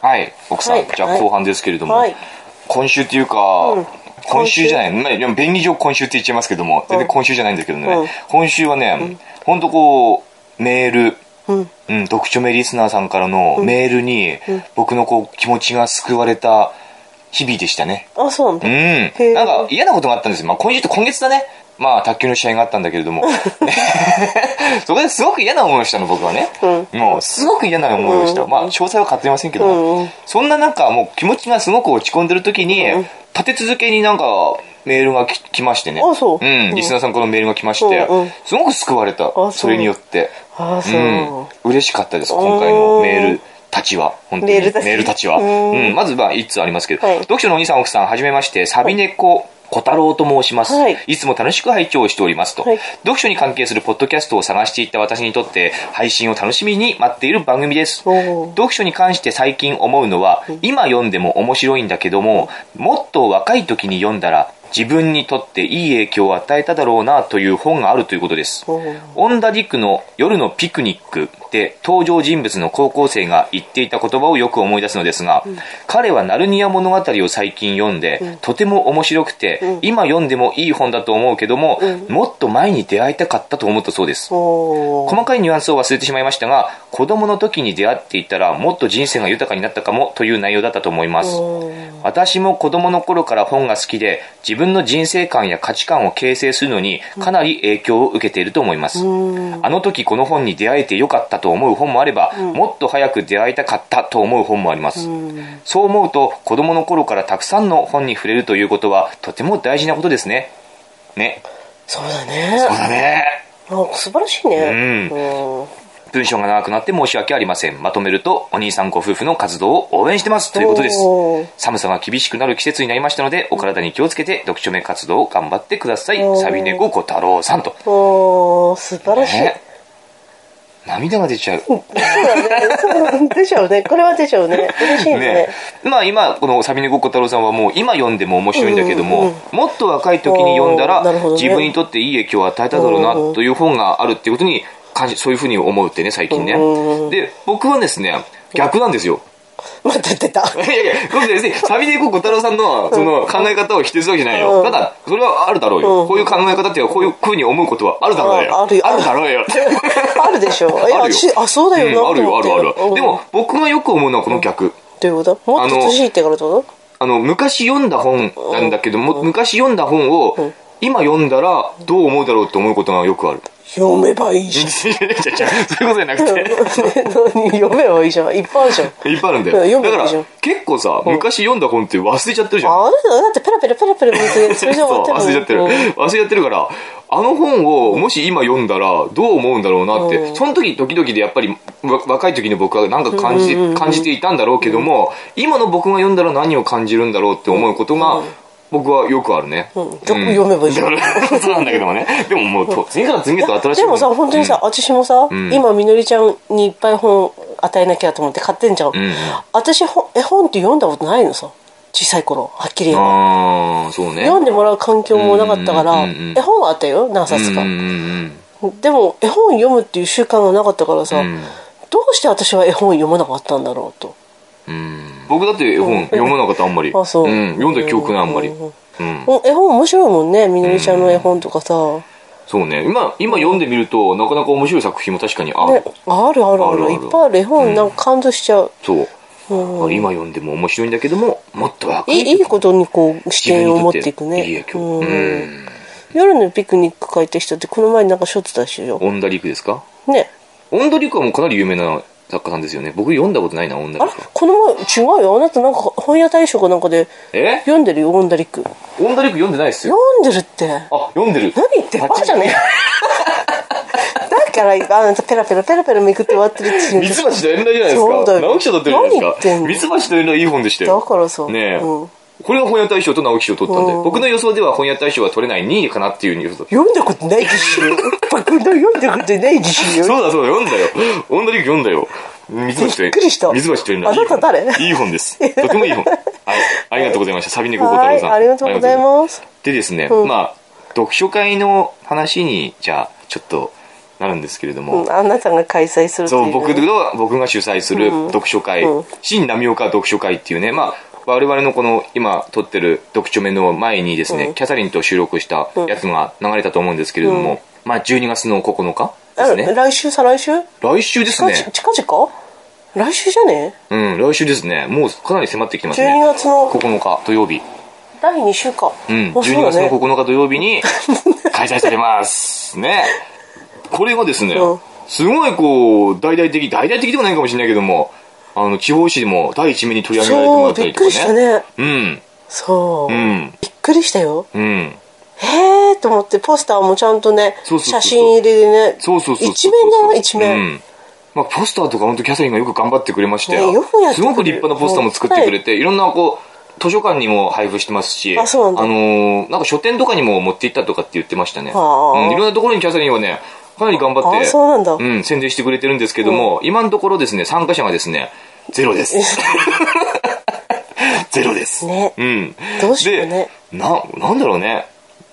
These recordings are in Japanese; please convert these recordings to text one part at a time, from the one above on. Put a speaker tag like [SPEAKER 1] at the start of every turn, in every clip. [SPEAKER 1] はい、奥さん、
[SPEAKER 2] はい
[SPEAKER 1] じゃあ
[SPEAKER 2] はい
[SPEAKER 1] 後半ですけれども、
[SPEAKER 2] はい
[SPEAKER 1] 今週っていうか、
[SPEAKER 2] ん
[SPEAKER 1] 今週じゃない、まあ、でも便宜上今週って言っちゃいますけども、全然今週じゃないんだけどね、
[SPEAKER 2] うん
[SPEAKER 1] 今週はね、ほんとこう、メール、
[SPEAKER 2] うん。
[SPEAKER 1] うん、読書メリスナーさんからのメールに、僕のこう、気持ちが救われた日々でしたね。
[SPEAKER 2] あ、そうなん
[SPEAKER 1] う
[SPEAKER 2] だ。
[SPEAKER 1] ん。なんか嫌なことがあったんですよ。まあ今週って今月だね。まあ卓球の試合があったんだけれども。 そこですごく嫌な思いをしたの、僕はね。もうすごく嫌な思いをした。まあ詳細は語りませんけど
[SPEAKER 2] うんう
[SPEAKER 1] も
[SPEAKER 2] ん。
[SPEAKER 1] そんななんかもう気持ちがすごく落ち込んでる時に、立て続けになんかメールがき来ましてね。
[SPEAKER 2] あそう
[SPEAKER 1] うん。リスナーさんからのメールが来まして
[SPEAKER 2] うんうん、
[SPEAKER 1] すごく救われた。
[SPEAKER 2] そう
[SPEAKER 1] それによって。
[SPEAKER 2] あ、そう。
[SPEAKER 1] うん、嬉しかったです今回のメールたちは本当に
[SPEAKER 2] メールたち
[SPEAKER 1] は、
[SPEAKER 2] うん
[SPEAKER 1] うん、まずは1通ありますけど、
[SPEAKER 2] はい
[SPEAKER 1] 読書のお兄さん奥さんはじめましてサビ猫小太郎と申します、
[SPEAKER 2] はい
[SPEAKER 1] い、つも楽しく拝聴しておりますと、
[SPEAKER 2] はい
[SPEAKER 1] 読書に関係するポッドキャストを探していった私にとって配信を楽しみに待っている番組です
[SPEAKER 2] おー
[SPEAKER 1] 読書に関して最近思うのは、今読んでも面白いんだけども、もっと若い時に読んだら、自分にとっていい影響を与えただろうなという本があるということです
[SPEAKER 2] おー。
[SPEAKER 1] オンダディックの夜のピクニックで登場人物の高校生が言っていた言葉をよく思い出すのですが、彼はナルニア物語を最近読んで、とても面白くて、今読んでもいい本だと思うけども、もっと前に出会いたかったと思ったそうです。
[SPEAKER 2] おー
[SPEAKER 1] 細かいニュアンスを忘れてしまいましたが子供の時に出会っていたらもっと人生が豊かになったかもという内容だったと思います
[SPEAKER 2] おー
[SPEAKER 1] 私も子供の頃から本が好きで自分の人生観や価値観を形成するのにかなり影響を受けていると思いますあの時この本に出会えてよかったと思う本もあればもっと早く出会いたかったと思う本もありますそう思うと子供の頃からたくさんの本に触れるということはとても大事なことですねね
[SPEAKER 2] そうだね。
[SPEAKER 1] だね
[SPEAKER 2] なんか素晴らしいね。
[SPEAKER 1] う
[SPEAKER 2] うん。
[SPEAKER 1] 文章が長くなって申し訳ありません。まとめると、お兄さんご夫婦の活動を応援してますということです
[SPEAKER 2] おー。
[SPEAKER 1] 寒さが厳しくなる季節になりましたので、お体に気をつけて、読書目活動を頑張ってください
[SPEAKER 2] お。ー
[SPEAKER 1] サビネコ小太郎さんと。
[SPEAKER 2] おー、素晴らしい。
[SPEAKER 1] ね涙が出ちゃう。
[SPEAKER 2] 出ちゃうね。これは出ちゃうね。嬉しいね
[SPEAKER 1] ね。まあ今、このサビネコ小太郎さんはもう今読んでも面白いんだけど
[SPEAKER 2] うんう
[SPEAKER 1] も
[SPEAKER 2] ん、
[SPEAKER 1] もっと若い時に読んだ
[SPEAKER 2] おーなるほ
[SPEAKER 1] ら、
[SPEAKER 2] どね
[SPEAKER 1] 自分にとっていい影響を与えただろうな
[SPEAKER 2] うんうん
[SPEAKER 1] という本があるっていうことに感じ、そういうふうに思うってね、最近ね
[SPEAKER 2] う。ん
[SPEAKER 1] で、僕はですね、逆なんですよ。
[SPEAKER 2] また出た。
[SPEAKER 1] いやいや、僕別に、サビでいこう、小太郎さんの、その、考え方を否定するわけじゃないよ。
[SPEAKER 2] うん
[SPEAKER 1] ただ、それはあるだろうよ。
[SPEAKER 2] うん
[SPEAKER 1] こういう考え方っていうか、こういう風に思うことはあるだろうよ。
[SPEAKER 2] ああるよ
[SPEAKER 1] だろうよ。
[SPEAKER 2] あるでしょ。
[SPEAKER 1] あ
[SPEAKER 2] え
[SPEAKER 1] るよ
[SPEAKER 2] 私あ、そうだ
[SPEAKER 1] うん
[SPEAKER 2] よ
[SPEAKER 1] あ
[SPEAKER 2] な
[SPEAKER 1] る
[SPEAKER 2] と
[SPEAKER 1] よ、
[SPEAKER 2] 思
[SPEAKER 1] あ
[SPEAKER 2] って。
[SPEAKER 1] るある。
[SPEAKER 2] うん
[SPEAKER 1] でも、、僕がよく思うのはこの逆。
[SPEAKER 2] どういうこともっと年いってからってこ
[SPEAKER 1] あの、昔読んだ本なんだけども、昔読んだ本を、今読んだら、どう思うだろうって思うことがよくある。
[SPEAKER 2] と読めば いい
[SPEAKER 1] 違
[SPEAKER 2] じゃん。
[SPEAKER 1] う違う違うそういうことじゃなくて。
[SPEAKER 2] 何読めばいいじゃん。いっぱいあるじゃん。
[SPEAKER 1] いっぱいあるんだ
[SPEAKER 2] いや
[SPEAKER 1] よ。だ
[SPEAKER 2] 読む
[SPEAKER 1] か
[SPEAKER 2] でしょ
[SPEAKER 1] ら、結構さ、昔読んだ本って忘れちゃってるじゃん。
[SPEAKER 2] ああなただってペラペラペラペラ見て、それじゃ
[SPEAKER 1] そう
[SPEAKER 2] 終わっ
[SPEAKER 1] 忘れちゃっててる
[SPEAKER 2] もん
[SPEAKER 1] 忘れちゃってるからあの本をもし今読んだらどう思うんだろうなって、
[SPEAKER 2] うん
[SPEAKER 1] その時時々でやっぱりわ若い時の僕はなんか感じて、感じていたんだろうけども、今の僕が読んだら何を感じるんだろうって思うことが僕はよくあるね、
[SPEAKER 2] うんじゃあ読めばいいじゃん
[SPEAKER 1] だからそうなんだけどもねでももうと次から次へと新しい
[SPEAKER 2] でもさ本当にさ、私もさ、今みのりちゃんにいっぱい本与えなきゃと思って買ってんじゃん、
[SPEAKER 1] ん
[SPEAKER 2] 私ほ絵本って読んだことないのさ小さい頃はっきり言えば
[SPEAKER 1] ああそうね
[SPEAKER 2] 読んでもらう環境もなかったから、
[SPEAKER 1] うんうんうんうん
[SPEAKER 2] 絵本はあったよ何冊か、
[SPEAKER 1] うんうんうん
[SPEAKER 2] でも絵本読むっていう習慣がなかったからさ、
[SPEAKER 1] ん
[SPEAKER 2] どうして私は絵本読まなかったんだろうと
[SPEAKER 1] うん僕だって絵本読まなかったあんまり、
[SPEAKER 2] あそう
[SPEAKER 1] うん、読んだ記憶ないあんまり、
[SPEAKER 2] うん
[SPEAKER 1] うん、
[SPEAKER 2] もう絵本面白いもんねみのりちゃんの絵本とかさ、
[SPEAKER 1] そうね今今読んでみるとなかなか面白い作品も確かにある
[SPEAKER 2] ね、あるあるあ
[SPEAKER 1] あ
[SPEAKER 2] る
[SPEAKER 1] るある
[SPEAKER 2] いっぱいある絵本なんか感動しちゃう、
[SPEAKER 1] そう
[SPEAKER 2] うん
[SPEAKER 1] 今読んでも面白いんだけどももっと若
[SPEAKER 2] いい
[SPEAKER 1] い
[SPEAKER 2] いいことにこう視点を持っていくね
[SPEAKER 1] いい影響
[SPEAKER 2] う
[SPEAKER 1] うんん
[SPEAKER 2] 夜のピクニック書いた人ってこの前なんかしょってたでしょ
[SPEAKER 1] オンダリクですか
[SPEAKER 2] ね
[SPEAKER 1] オンダリクはもうかなり有名な作家さんですよね僕読んだことないなオンダ
[SPEAKER 2] あ
[SPEAKER 1] リ
[SPEAKER 2] れ
[SPEAKER 1] クは
[SPEAKER 2] この前違うよあなたなんか本屋大賞かなんかで
[SPEAKER 1] え
[SPEAKER 2] 読んでるよオンダリック
[SPEAKER 1] オンダリク読んでないっすよ
[SPEAKER 2] 読んでるって
[SPEAKER 1] あ読んでる
[SPEAKER 2] 何言ってんバカじ ゃねえだからあなたペラペラペラペラめくって終わってるっていうの
[SPEAKER 1] ミツバチと遠雷じゃないです
[SPEAKER 2] そう
[SPEAKER 1] か
[SPEAKER 2] だよ
[SPEAKER 1] 直木賞取ってるじゃない
[SPEAKER 2] 何言
[SPEAKER 1] で
[SPEAKER 2] って
[SPEAKER 1] す
[SPEAKER 2] ん
[SPEAKER 1] か
[SPEAKER 2] の
[SPEAKER 1] ミツバチと遠雷いい本でしたよ
[SPEAKER 2] だからさ
[SPEAKER 1] ねえ、
[SPEAKER 2] うん
[SPEAKER 1] これが本屋大賞と直木賞を取ったんで、
[SPEAKER 2] うん
[SPEAKER 1] 僕の予想では本屋大賞は取れない2位かなっていう予想
[SPEAKER 2] 読んだことない自信よバカの読んだことない自信よ
[SPEAKER 1] そうだそうだ、読んだよ。オンダリーク読んだよ。水橋と
[SPEAKER 2] びっくりした
[SPEAKER 1] 水橋というの
[SPEAKER 2] あなた誰
[SPEAKER 1] いい本です。とてもいい本。はい。ありがとうございました。サビネコ小太
[SPEAKER 2] は
[SPEAKER 1] 郎
[SPEAKER 2] い
[SPEAKER 1] さん。
[SPEAKER 2] ありがとうござい
[SPEAKER 1] す。
[SPEAKER 2] ます
[SPEAKER 1] でですね、
[SPEAKER 2] うん
[SPEAKER 1] まあ、読書会の話に、じゃあ、ちょっとなるんですけれども、
[SPEAKER 2] うんあなたが開催するってい
[SPEAKER 1] そう、僕
[SPEAKER 2] ね
[SPEAKER 1] の、僕が主催する読書会、
[SPEAKER 2] うん
[SPEAKER 1] 新浪岡読書会っていうね、まあ、我々のこの今撮ってる読書目の前にですね、キャサリンと収録したやつが流れたと思うんですけれども、まあ12月の9日です
[SPEAKER 2] あ
[SPEAKER 1] ね。
[SPEAKER 2] 来週再来週
[SPEAKER 1] 来週です
[SPEAKER 2] 近
[SPEAKER 1] ね。
[SPEAKER 2] 近々来週じゃね
[SPEAKER 1] うん、来週ですね。もうかなり迫ってきてます
[SPEAKER 2] 12
[SPEAKER 1] ね。
[SPEAKER 2] 月の
[SPEAKER 1] 9日土曜日。
[SPEAKER 2] 第2週か、
[SPEAKER 1] うん、
[SPEAKER 2] あそう
[SPEAKER 1] 12
[SPEAKER 2] だ
[SPEAKER 1] 月の
[SPEAKER 2] ね
[SPEAKER 1] 9日土曜日に開催されます。ね。これがですね、
[SPEAKER 2] うん
[SPEAKER 1] すごいこう、大々的、大々的でもないかもしれないけども、あの、地方紙でも第一面に取り上げられてもら
[SPEAKER 2] そう
[SPEAKER 1] った
[SPEAKER 2] び
[SPEAKER 1] り
[SPEAKER 2] っく
[SPEAKER 1] と
[SPEAKER 2] りし
[SPEAKER 1] か
[SPEAKER 2] た
[SPEAKER 1] ね。
[SPEAKER 2] ね
[SPEAKER 1] うん、
[SPEAKER 2] そう、
[SPEAKER 1] うん、
[SPEAKER 2] びっくりしたよ
[SPEAKER 1] うん。
[SPEAKER 2] へえと思ってポスターもちゃんとね
[SPEAKER 1] そうそうそうそう
[SPEAKER 2] 写真入りでね
[SPEAKER 1] そうそうそうそう。
[SPEAKER 2] 一面だよ一面、
[SPEAKER 1] うん。まあ、ポスターとか本当キャサリンがよく頑張ってくれまして、
[SPEAKER 2] ねよくやってくれる
[SPEAKER 1] すごく立派なポスターも作ってくれて、いろんなこう、図書館にも配布してますし、
[SPEAKER 2] あそうなんだ
[SPEAKER 1] のーなんか書店とかにも持って行ったとかって言ってましたね。う
[SPEAKER 2] はあ
[SPEAKER 1] ん、いろんなところにキャサリンはね、かなり頑張って、
[SPEAKER 2] あそうなんだ
[SPEAKER 1] うん、宣伝してくれてるんですけども、今のところですね、参加者がですね、ゼロです。 ゼロです。
[SPEAKER 2] ね
[SPEAKER 1] うん。
[SPEAKER 2] どうしようね
[SPEAKER 1] でな、なんだろうね。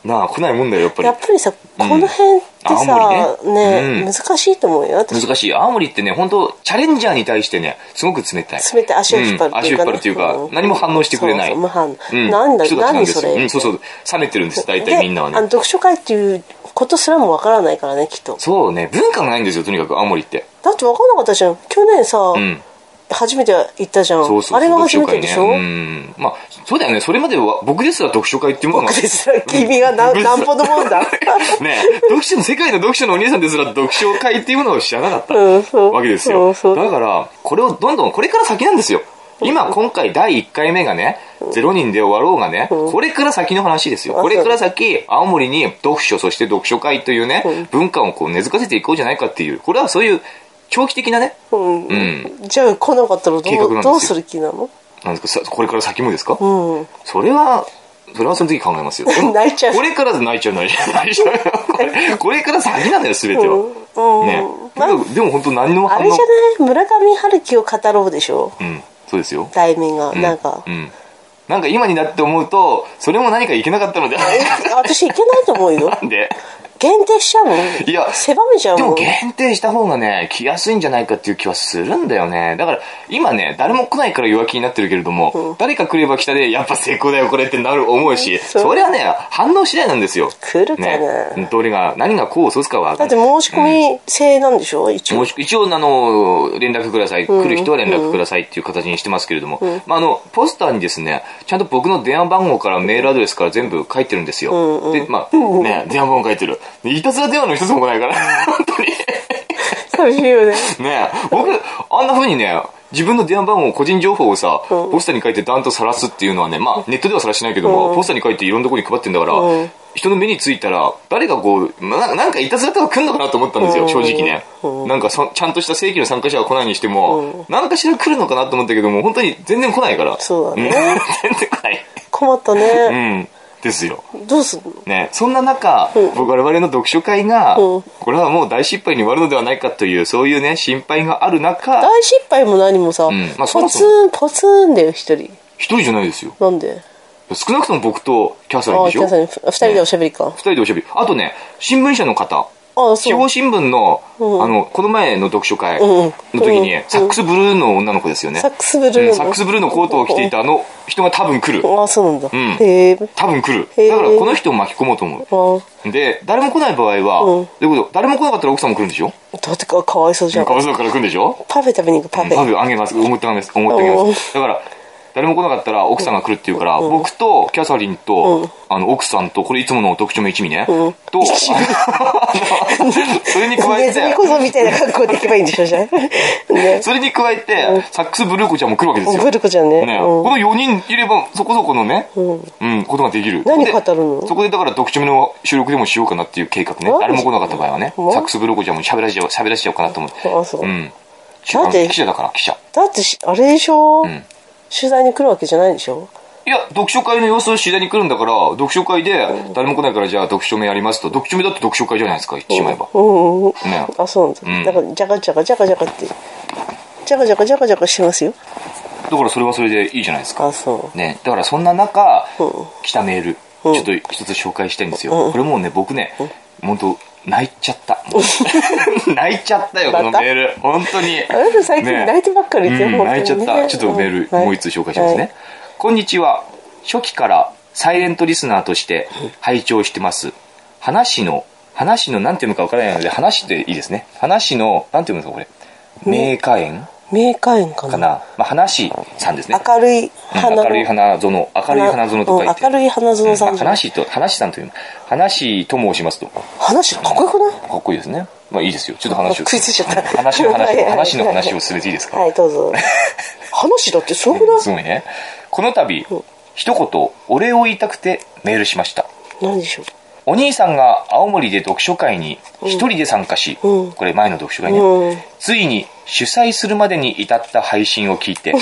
[SPEAKER 1] なあ、来ないもんだよ、やっぱり
[SPEAKER 2] やっ。ぱりさこの辺って
[SPEAKER 1] 青
[SPEAKER 2] さ、
[SPEAKER 1] 森ね
[SPEAKER 2] ね
[SPEAKER 1] うん
[SPEAKER 2] 難しいと思うよ私
[SPEAKER 1] 難しい。青森ってね、本当チャレンジャーに対してね、すごく冷たい。
[SPEAKER 2] 冷たい足を引っ張る
[SPEAKER 1] うん足を引っ張るというか
[SPEAKER 2] うん
[SPEAKER 1] 何も反応してくれない
[SPEAKER 2] そうそう無反応、
[SPEAKER 1] うん、
[SPEAKER 2] なんだ
[SPEAKER 1] 人たちなん
[SPEAKER 2] 何
[SPEAKER 1] です
[SPEAKER 2] そ
[SPEAKER 1] よ
[SPEAKER 2] れ、
[SPEAKER 1] うん、そうそう。冷めてるんです、大
[SPEAKER 2] で
[SPEAKER 1] 体みんなは
[SPEAKER 2] あの
[SPEAKER 1] ね。
[SPEAKER 2] 読書会っていうことすらもわからないからねきっと
[SPEAKER 1] そうね、文化がないんですよ、とにかく青森って。
[SPEAKER 2] だってわかんなかったじゃん去年さ、
[SPEAKER 1] ん
[SPEAKER 2] 初めて行ったじゃん
[SPEAKER 1] そうそうそう
[SPEAKER 2] あれが初めてでし
[SPEAKER 1] 読書
[SPEAKER 2] ょ、
[SPEAKER 1] 会ね、うん。まあ、そうだよね、それまでは、僕ですら読書会っていうものが
[SPEAKER 2] 僕。ですら君が 何,、
[SPEAKER 1] うん
[SPEAKER 2] ん、何歩のもんだ
[SPEAKER 1] ねえ読書の世界の読書のお姉さんですら読書会っていうものを知らなかった
[SPEAKER 2] うんそう
[SPEAKER 1] わけですよ、
[SPEAKER 2] うんそう
[SPEAKER 1] だからこれをどんどんこれから先なんですよ今今回第1回目がね0人で終わろうがねこれから先の話ですよ
[SPEAKER 2] あ
[SPEAKER 1] これから先青森に読書そして読書会というね文化をこう根付かせていこうじゃないかっていうこれはそういう長期的なね
[SPEAKER 2] うん
[SPEAKER 1] うん
[SPEAKER 2] じゃあ来なかったら
[SPEAKER 1] 計画なんで
[SPEAKER 2] どう
[SPEAKER 1] すよ
[SPEAKER 2] どうする気なの
[SPEAKER 1] なんですかさこれから先もですか
[SPEAKER 2] うん
[SPEAKER 1] それは、それはその時考えますよ。でも
[SPEAKER 2] 泣いちゃう
[SPEAKER 1] これから泣いちゃう、泣いちゃう、泣いちゃう。こ れこれから先なのよ、すべて
[SPEAKER 2] う
[SPEAKER 1] は
[SPEAKER 2] ん。うん
[SPEAKER 1] ね。
[SPEAKER 2] まあ
[SPEAKER 1] でもでも本当何の
[SPEAKER 2] あ
[SPEAKER 1] 反
[SPEAKER 2] れ
[SPEAKER 1] 応
[SPEAKER 2] じゃない村上春樹を語ろうでしょ
[SPEAKER 1] うん、そうですよ。
[SPEAKER 2] 題名が、
[SPEAKER 1] う
[SPEAKER 2] なんか、
[SPEAKER 1] うん。なんか今になって思うと、それも何かいけなかったのでは ないか
[SPEAKER 2] 私いけないと思うよ
[SPEAKER 1] なんで。
[SPEAKER 2] 限定しちゃうもん
[SPEAKER 1] いや
[SPEAKER 2] 狭めちゃう
[SPEAKER 1] で
[SPEAKER 2] も
[SPEAKER 1] も
[SPEAKER 2] ん
[SPEAKER 1] 限定した方がね、来やすいんじゃないかっていう気はするんだよね。だから今ね、誰も来ないから弱気になってるけれども、誰か来れば来たで、やっぱ成功だよこれってなる思うし、
[SPEAKER 2] そう
[SPEAKER 1] それはね、反応次第なんですよ。
[SPEAKER 2] 来るかな
[SPEAKER 1] ね、どれが、何がこうそすかは分か
[SPEAKER 2] だ
[SPEAKER 1] んな
[SPEAKER 2] って
[SPEAKER 1] い。
[SPEAKER 2] 申し込み制なんでしょ、一応
[SPEAKER 1] もし一応、あの、連絡ください。来る人は連絡くださいっていう形にしてますけれども、まあ、あの、ポスターにですね、ちゃんと僕の電話番号からメールアドレスから全部書いてるんですよ。で、まあ、ね、電話番号書いてる。いたずら電話の一つも来ないから、 本当に。
[SPEAKER 2] 寂しいよね
[SPEAKER 1] ねえ僕、あんな風にね、自分の電話番号、個人情報をさ、ポスターに書いてダンと晒すっていうのはね、まあ、ネットでは晒しないけども、ポスターに書いていろんなところに配ってんだから、
[SPEAKER 2] うん
[SPEAKER 1] 人の目についたら、誰がこう、ななんかいたずらとか来んのかなと思ったんですよ、
[SPEAKER 2] うん
[SPEAKER 1] 正直ね。なんかそちゃんとした正規の参加者が来ないにしても、なんかしら来るのかなと思ったけども、本当に全然来ないから。
[SPEAKER 2] そうだ
[SPEAKER 1] ん
[SPEAKER 2] ね
[SPEAKER 1] 全然来ない。
[SPEAKER 2] 困った
[SPEAKER 1] う
[SPEAKER 2] ね、
[SPEAKER 1] ん。ですよ。
[SPEAKER 2] どうすんの
[SPEAKER 1] ね、そんな中、僕我々の読書会が、
[SPEAKER 2] うん
[SPEAKER 1] これはもう大失敗に終わるのではないかというそういうね心配がある中
[SPEAKER 2] 大失敗も何もさ、
[SPEAKER 1] んまあそ
[SPEAKER 2] ポ
[SPEAKER 1] もそ
[SPEAKER 2] ツンポツンだよ一人
[SPEAKER 1] 一人じゃないですよ
[SPEAKER 2] なんで
[SPEAKER 1] 少なくとも僕とキャサリン
[SPEAKER 2] あ
[SPEAKER 1] で
[SPEAKER 2] あ
[SPEAKER 1] し
[SPEAKER 2] キ
[SPEAKER 1] ょ
[SPEAKER 2] ャサリンふ二人でおしゃべりか、
[SPEAKER 1] 二人でおしゃべりあとね新聞社の方
[SPEAKER 2] ああ
[SPEAKER 1] 地
[SPEAKER 2] そ
[SPEAKER 1] 方
[SPEAKER 2] う
[SPEAKER 1] 新聞の,、
[SPEAKER 2] うん
[SPEAKER 1] あのこの前の読書会
[SPEAKER 2] んう
[SPEAKER 1] の
[SPEAKER 2] ん
[SPEAKER 1] 時に、
[SPEAKER 2] うん
[SPEAKER 1] サックスブルーの女の子ですよね
[SPEAKER 2] サックスブルーの
[SPEAKER 1] うんサックスブルーのコートを着ていたあの人が多分来る
[SPEAKER 2] ああそうなんだ、
[SPEAKER 1] ん
[SPEAKER 2] へえ
[SPEAKER 1] 多分来る
[SPEAKER 2] へー
[SPEAKER 1] だからこの人を巻き込もうと思う
[SPEAKER 2] あ
[SPEAKER 1] で誰も来ない場合は、
[SPEAKER 2] うん
[SPEAKER 1] ということ誰も来なかったら奥さんも来るんでしょ
[SPEAKER 2] あだってかかわいそうじゃん
[SPEAKER 1] かわいそうだから来るんでしょ
[SPEAKER 2] パフェ食べに行くパフェ、
[SPEAKER 1] パフェあげます思ってあげます思ってあげますだから誰も来なかったら奥さんが来るっていうから、僕とキャサリンと、あの奥さんとこれいつもの特徴の一味ね、
[SPEAKER 2] うん
[SPEAKER 1] とあのそれに加え
[SPEAKER 2] ネズミ
[SPEAKER 1] て
[SPEAKER 2] 小僧みたいな格好で行けばいいんでしょじゃん ね
[SPEAKER 1] それに加えて、サックスブルー子ちゃんも来るわけですよ、
[SPEAKER 2] ブルコちゃんね
[SPEAKER 1] ね
[SPEAKER 2] うん
[SPEAKER 1] この4人いればそこそこのね、うんんことができる
[SPEAKER 2] 何
[SPEAKER 1] そこで
[SPEAKER 2] 語るの
[SPEAKER 1] そこでだから読書目の収録でもしようかなっていう計画ね
[SPEAKER 2] 何
[SPEAKER 1] 誰も来なかった場合はね
[SPEAKER 2] うん
[SPEAKER 1] サックスブルー子ちゃんも喋らしちゃおう喋らしちゃおうかなと思って
[SPEAKER 2] あそう
[SPEAKER 1] うん
[SPEAKER 2] だって
[SPEAKER 1] 記者だから記者
[SPEAKER 2] だってしあれでしょ、
[SPEAKER 1] ん
[SPEAKER 2] 取材に来るわけじゃないでしょ
[SPEAKER 1] いや、読書会の様子を次第に来るんだから、読書会で、誰も来ないから、じゃあ読書目やりますと、読書目だって読書会じゃないですか、言ってしまえば。
[SPEAKER 2] うんうんうん
[SPEAKER 1] ね
[SPEAKER 2] あそう
[SPEAKER 1] う
[SPEAKER 2] なんんだ、だからジャカジャカジャカジャカってジャカジャカジャカジャカしてますよ
[SPEAKER 1] だからそれはそれでいいじゃないですか。
[SPEAKER 2] あそ
[SPEAKER 1] ね、だからそんな中
[SPEAKER 2] うん、
[SPEAKER 1] 来たメール、ち
[SPEAKER 2] うん
[SPEAKER 1] ょっと一つ紹介したいんですよ。これもうね、僕ね、本当泣いちゃった 泣いちゃったよこのメール本当に
[SPEAKER 2] あなた最近泣いてばっかりで
[SPEAKER 1] うん
[SPEAKER 2] 本当にね
[SPEAKER 1] 泣いちゃったちょっとメール、
[SPEAKER 2] はい
[SPEAKER 1] もう一通紹介しますね、
[SPEAKER 2] はい
[SPEAKER 1] こんにちは初期からサイレントリスナーとして拝聴してます話の話のなんていうのかわからないので話でいいですね話のなんていうんですかこれ名花園
[SPEAKER 2] 名花園かな
[SPEAKER 1] かな、まあ、話さんですね
[SPEAKER 2] 明るい
[SPEAKER 1] うん
[SPEAKER 2] 花の
[SPEAKER 1] 明るい花園明るい花園と書いて、
[SPEAKER 2] うん明るい花園さん、
[SPEAKER 1] うん話と話さんという話と申しますと
[SPEAKER 2] 話かっこよくない
[SPEAKER 1] かっこいいですね。まあいいですよ。ちょっと話を。
[SPEAKER 2] 食いついちゃった
[SPEAKER 1] 話の
[SPEAKER 2] は
[SPEAKER 1] 話
[SPEAKER 2] いはい
[SPEAKER 1] を、
[SPEAKER 2] はい
[SPEAKER 1] 話の話を進めていいですか、
[SPEAKER 2] はいどうぞ話だってすごくない
[SPEAKER 1] すごいね。この度
[SPEAKER 2] うん、
[SPEAKER 1] 一言、お礼を言いたくてメールしました。
[SPEAKER 2] 何でしょ
[SPEAKER 1] お兄さんが青森で読書会に一人で参加し、
[SPEAKER 2] うん
[SPEAKER 1] これ前の読書
[SPEAKER 2] う
[SPEAKER 1] 会ね、
[SPEAKER 2] うん
[SPEAKER 1] ついに主催するまでに至った配信を聞いて、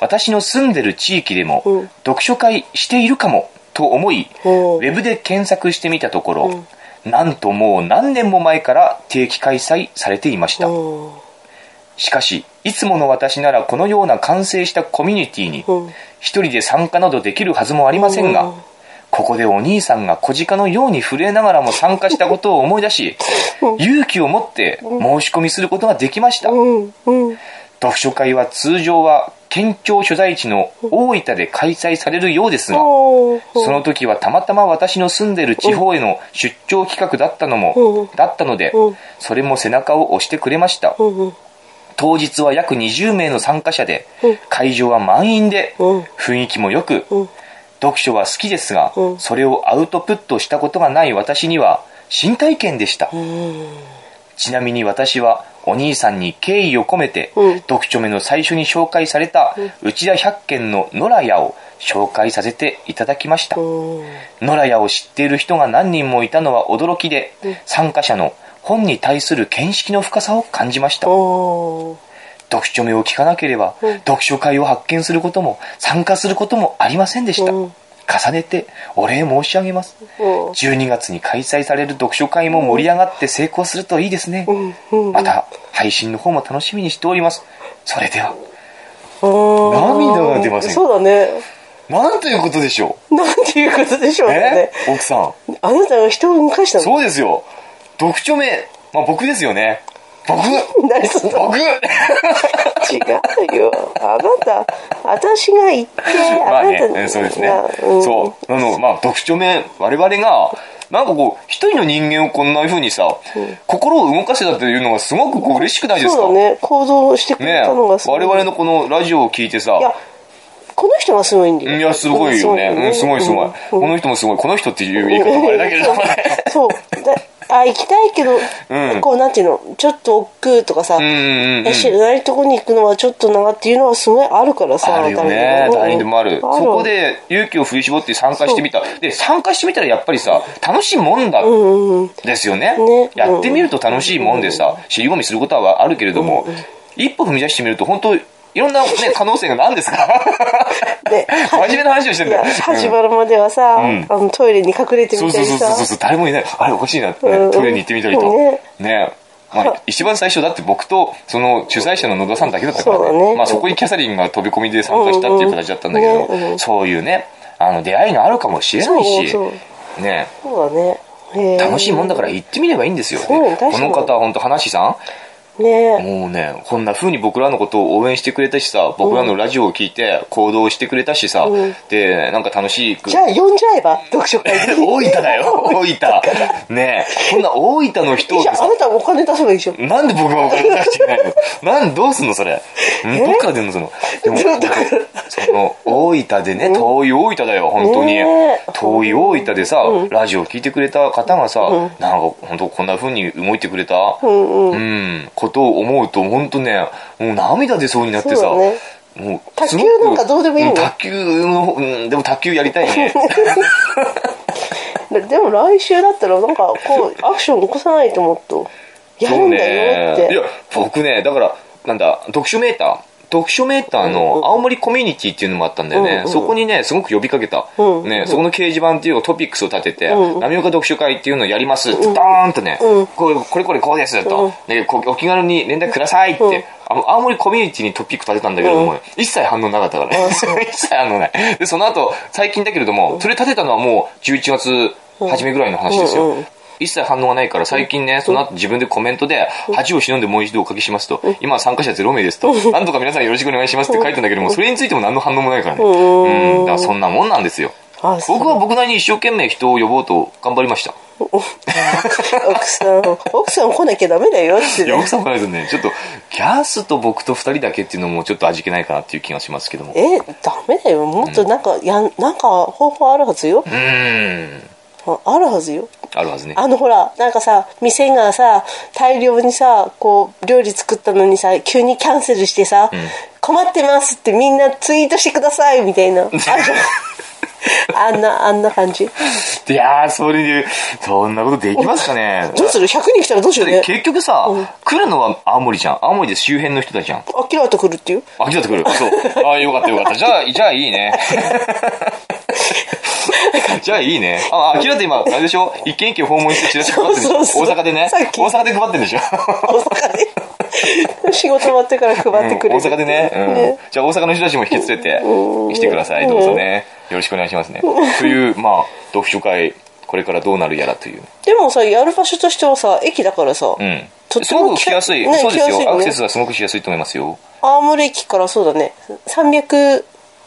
[SPEAKER 1] 私の住んでる地域でも
[SPEAKER 2] うん
[SPEAKER 1] 読書会しているかもと思い、ウ
[SPEAKER 2] おう
[SPEAKER 1] ェブで検索してみたところ、なんともう何年も前から定期開催されていました。
[SPEAKER 2] うん
[SPEAKER 1] しかし、いつもの私ならこのような完成したコミュニティに
[SPEAKER 2] うん
[SPEAKER 1] 一人で参加などできるはずもありません
[SPEAKER 2] う
[SPEAKER 1] が
[SPEAKER 2] ん、
[SPEAKER 1] ここでお兄さんが小鹿のように震えながらも参加したことを思い出し、勇気を持って申し込みすることができました。
[SPEAKER 2] うんうん
[SPEAKER 1] 読書会は通常は県庁所在地の大分で開催されるようですが、
[SPEAKER 2] おー
[SPEAKER 1] その時はたまたま私の住んでる地方への出張企画だったのも
[SPEAKER 2] う、ん
[SPEAKER 1] だったので
[SPEAKER 2] うん、
[SPEAKER 1] それも背中を押してくれました。
[SPEAKER 2] うんうん
[SPEAKER 1] 当日は約20名の参加者で
[SPEAKER 2] うん
[SPEAKER 1] 会場は満員で
[SPEAKER 2] うん
[SPEAKER 1] 雰囲気も良く
[SPEAKER 2] うん
[SPEAKER 1] 読書は好きですが
[SPEAKER 2] うん
[SPEAKER 1] それをアウトプットしたことがない私には新体験でした
[SPEAKER 2] うん
[SPEAKER 1] ちなみに私はお兄さんに敬意を込めて
[SPEAKER 2] うん
[SPEAKER 1] 読書目の最初に紹介された内田百軒の野良屋を紹介させていただきました
[SPEAKER 2] うん
[SPEAKER 1] 野良屋を知っている人が何人もいたのは驚きで
[SPEAKER 2] うん
[SPEAKER 1] 参加者の本に対する見識の深さを感じました
[SPEAKER 2] おー
[SPEAKER 1] 読書目を聞かなければ、
[SPEAKER 2] うん
[SPEAKER 1] 読書会を発見することも参加することもありませんでした、
[SPEAKER 2] うん
[SPEAKER 1] 重ねてお礼申し上げます
[SPEAKER 2] うん
[SPEAKER 1] 12月に開催される読書会も盛り上がって成功するといいですね、
[SPEAKER 2] うんうん
[SPEAKER 1] また配信の方も楽しみにしておりますそれでは涙
[SPEAKER 2] 涙
[SPEAKER 1] が出ません
[SPEAKER 2] そうだね
[SPEAKER 1] なんということでしょ
[SPEAKER 2] なんていうことでしょう
[SPEAKER 1] うえ
[SPEAKER 2] ね
[SPEAKER 1] 奥さん
[SPEAKER 2] あなたが人を動かしたの
[SPEAKER 1] そうですよ読書目、まあ、僕ですよね僕
[SPEAKER 2] 何その
[SPEAKER 1] 僕
[SPEAKER 2] 違うよあなた私が言って
[SPEAKER 1] ま
[SPEAKER 2] あ
[SPEAKER 1] あ
[SPEAKER 2] なた
[SPEAKER 1] ね、そうですね。
[SPEAKER 2] うん
[SPEAKER 1] そう。あの、まあ、読書目、我々が、なんかこう、一人の人間をこんな風にさ、心を動かせたというのがすごくこう嬉しくないですか
[SPEAKER 2] そうだね行動してく
[SPEAKER 1] ね
[SPEAKER 2] れたのがすご
[SPEAKER 1] 我
[SPEAKER 2] い
[SPEAKER 1] 々のこのラジオを聞いてさ
[SPEAKER 2] い、やこの人がすごいんだよ
[SPEAKER 1] いや、すごいよね。うん、すごいすごい。
[SPEAKER 2] うん
[SPEAKER 1] この人もすごい。この人っていう言い方もあれだけれどもね。
[SPEAKER 2] そうだあ行きたいけど、
[SPEAKER 1] うん
[SPEAKER 2] こうなんていうのちょっと億劫とかさ、
[SPEAKER 1] うんうんうん。
[SPEAKER 2] 知らないとこに行くのはちょっとなっていうのはすごいあるからさ
[SPEAKER 1] あるよね。
[SPEAKER 2] 誰
[SPEAKER 1] 誰に
[SPEAKER 2] に
[SPEAKER 1] でもある。そこで勇気を振り絞って参加してみた。で、参加してみたらやっぱりさ、楽しいもんだ
[SPEAKER 2] うんうんうん
[SPEAKER 1] ですよね
[SPEAKER 2] ね
[SPEAKER 1] やってみると楽しいもんでさ、尻込みすることはあるけれども、一歩踏み出してみると本当いろ んな、ね、可能性が何ですか
[SPEAKER 2] で
[SPEAKER 1] 真面目な話をしてん
[SPEAKER 2] い
[SPEAKER 1] だ
[SPEAKER 2] や
[SPEAKER 1] よ、
[SPEAKER 2] 始
[SPEAKER 1] うん
[SPEAKER 2] まるまではさ、
[SPEAKER 1] ん
[SPEAKER 2] あのトイレに隠れて
[SPEAKER 1] そ
[SPEAKER 2] み
[SPEAKER 1] う
[SPEAKER 2] た
[SPEAKER 1] そう
[SPEAKER 2] り
[SPEAKER 1] そう
[SPEAKER 2] さ
[SPEAKER 1] そうそう誰もいないあれおかしいなって、
[SPEAKER 2] うん
[SPEAKER 1] ね、トイレに行ってみたりと
[SPEAKER 2] ね
[SPEAKER 1] ねまあ、一番最初だって僕とその主催者の野田さんだけだったから
[SPEAKER 2] そう
[SPEAKER 1] ね
[SPEAKER 2] だね
[SPEAKER 1] まあ、そこにキャサリンが飛び込みで参加したっていう形だったんだけど、
[SPEAKER 2] うんうんねうん
[SPEAKER 1] そういうねあの出会いがあるかもしれないし
[SPEAKER 2] そう
[SPEAKER 1] ね
[SPEAKER 2] そうだねへえ
[SPEAKER 1] 楽しいもんだから行ってみればいいんですよ、で
[SPEAKER 2] うん確
[SPEAKER 1] こ
[SPEAKER 2] かに
[SPEAKER 1] の方は本当話さん
[SPEAKER 2] ね
[SPEAKER 1] もうね、こんな風に僕らのことを応援してくれたしさ、僕らのラジオを聞いて行動してくれたしさ、
[SPEAKER 2] うん
[SPEAKER 1] で、なんか楽しく。
[SPEAKER 2] じゃあ呼んじゃえば読書会に
[SPEAKER 1] 大分だよ、 大分。ねえ、こんな大分の人を
[SPEAKER 2] じゃああ
[SPEAKER 1] さ、
[SPEAKER 2] なたお金出せばいいでしょ
[SPEAKER 1] なんで僕がお金出してないのなんどうすんのそれ。んどっから出んのその。でも、
[SPEAKER 2] どっから
[SPEAKER 1] その、大分でね、遠い大分だよ、本当に
[SPEAKER 2] ねえ。
[SPEAKER 1] 遠い大分でさ、ラジオを聞いてくれた方がさ、なんか本当こんな風に動いてくれた、
[SPEAKER 2] うんうん
[SPEAKER 1] うん、ことを思うと本当ねもう涙出そうになってさ
[SPEAKER 2] そうだね
[SPEAKER 1] もう
[SPEAKER 2] 卓球
[SPEAKER 1] すごく
[SPEAKER 2] なんかどうでもいいの
[SPEAKER 1] ん卓球の方、うん、でも卓球やりたい ね
[SPEAKER 2] ででも来週だったらなんか こうアクション起こさないともっとやるんだよっ
[SPEAKER 1] そうねいや
[SPEAKER 2] て
[SPEAKER 1] 僕ねだからなんだ読書メーター読書メーター
[SPEAKER 2] うんう
[SPEAKER 1] の
[SPEAKER 2] ん
[SPEAKER 1] 青森コミュニティっていうのもあったんだよね、
[SPEAKER 2] うんうん
[SPEAKER 1] そこにねすごく呼びかけた、
[SPEAKER 2] うんうん
[SPEAKER 1] ね、そこの掲示板っていうトピックスを立てて
[SPEAKER 2] うんうん
[SPEAKER 1] 波岡読書会っていうのをやります」ってドーンとね、
[SPEAKER 2] うん
[SPEAKER 1] これこれこれこうですと、
[SPEAKER 2] うん
[SPEAKER 1] でこお気軽に連絡くださいって、
[SPEAKER 2] うん
[SPEAKER 1] あの青森コミュニティにトピック立てたんだけれども、一切反応なかったからね 一切反応ないでその後最近だけれどもそれ立てたのはもう11月初めぐらいの話ですよ、
[SPEAKER 2] うんうん
[SPEAKER 1] 一切反応がないから、最近ね、その後自分でコメントで、恥を忍んでもう一度おかけしますと、今参加者0名ですと、なんとか皆さんよろしくお願いしますって書いてんだけども、それについても何の反応もないからね。
[SPEAKER 2] うん
[SPEAKER 1] うん。だからそんなもんなんですよ。
[SPEAKER 2] あそう
[SPEAKER 1] 僕は僕なりに一生懸命人を呼ぼうと頑張りました。
[SPEAKER 2] 奥さん奥さん来なきゃダメだよって
[SPEAKER 1] いや、奥さんからですね、ちょっと、キャスと僕と二人だけっていうのもちょっと味気ないかなっていう気がしますけども。う
[SPEAKER 2] えダメだよもっとなんか、やんなんか方法あるはずよ
[SPEAKER 1] ーん。
[SPEAKER 2] ああるはずよ
[SPEAKER 1] あるはずね。
[SPEAKER 2] あのほらなんかさ店がさ大量にさこう料理作ったのにさ急にキャンセルしてさ、困ってますってみんなツイートしてくださいみたいなあるじ ゃんあんなあんな感じ
[SPEAKER 1] いやー、それに、そんなことできますか ね。
[SPEAKER 2] どうする100人来たらどうしよう
[SPEAKER 1] だっ
[SPEAKER 2] ね
[SPEAKER 1] て結局さ、
[SPEAKER 2] うん
[SPEAKER 1] 来るのは青森じゃん。青森で周辺の人たちじゃん。
[SPEAKER 2] あきらと来るっていう
[SPEAKER 1] あ、来たって来る。 そう。あーよかったよかった。じゃあ、じゃあいいね。じゃあいいね。あ、あきらって今、あれでしょ一軒一軒訪問してチラシ配ってるでしょ
[SPEAKER 2] そうそうそ
[SPEAKER 1] 大
[SPEAKER 2] う
[SPEAKER 1] 阪でね
[SPEAKER 2] さっ。き
[SPEAKER 1] 大阪で配ってるでしょ
[SPEAKER 2] 大阪 で仕事終わってから配ってくれる、
[SPEAKER 1] うん大阪でね,、うん、じゃあ大阪の人たちも引き連れて来てください、どうぞねよろしくお願いしますねというまあ読書会これからどうなるやらという
[SPEAKER 2] でもさやる場所としてはさ駅だからさ、
[SPEAKER 1] うん
[SPEAKER 2] とって
[SPEAKER 1] す
[SPEAKER 2] も
[SPEAKER 1] ごく来やすい、
[SPEAKER 2] ね
[SPEAKER 1] そうですよ
[SPEAKER 2] 来やすいよ
[SPEAKER 1] ア
[SPEAKER 2] ね
[SPEAKER 1] クセスはすごくしやすいと思いますよ
[SPEAKER 2] 青森駅からそうだね390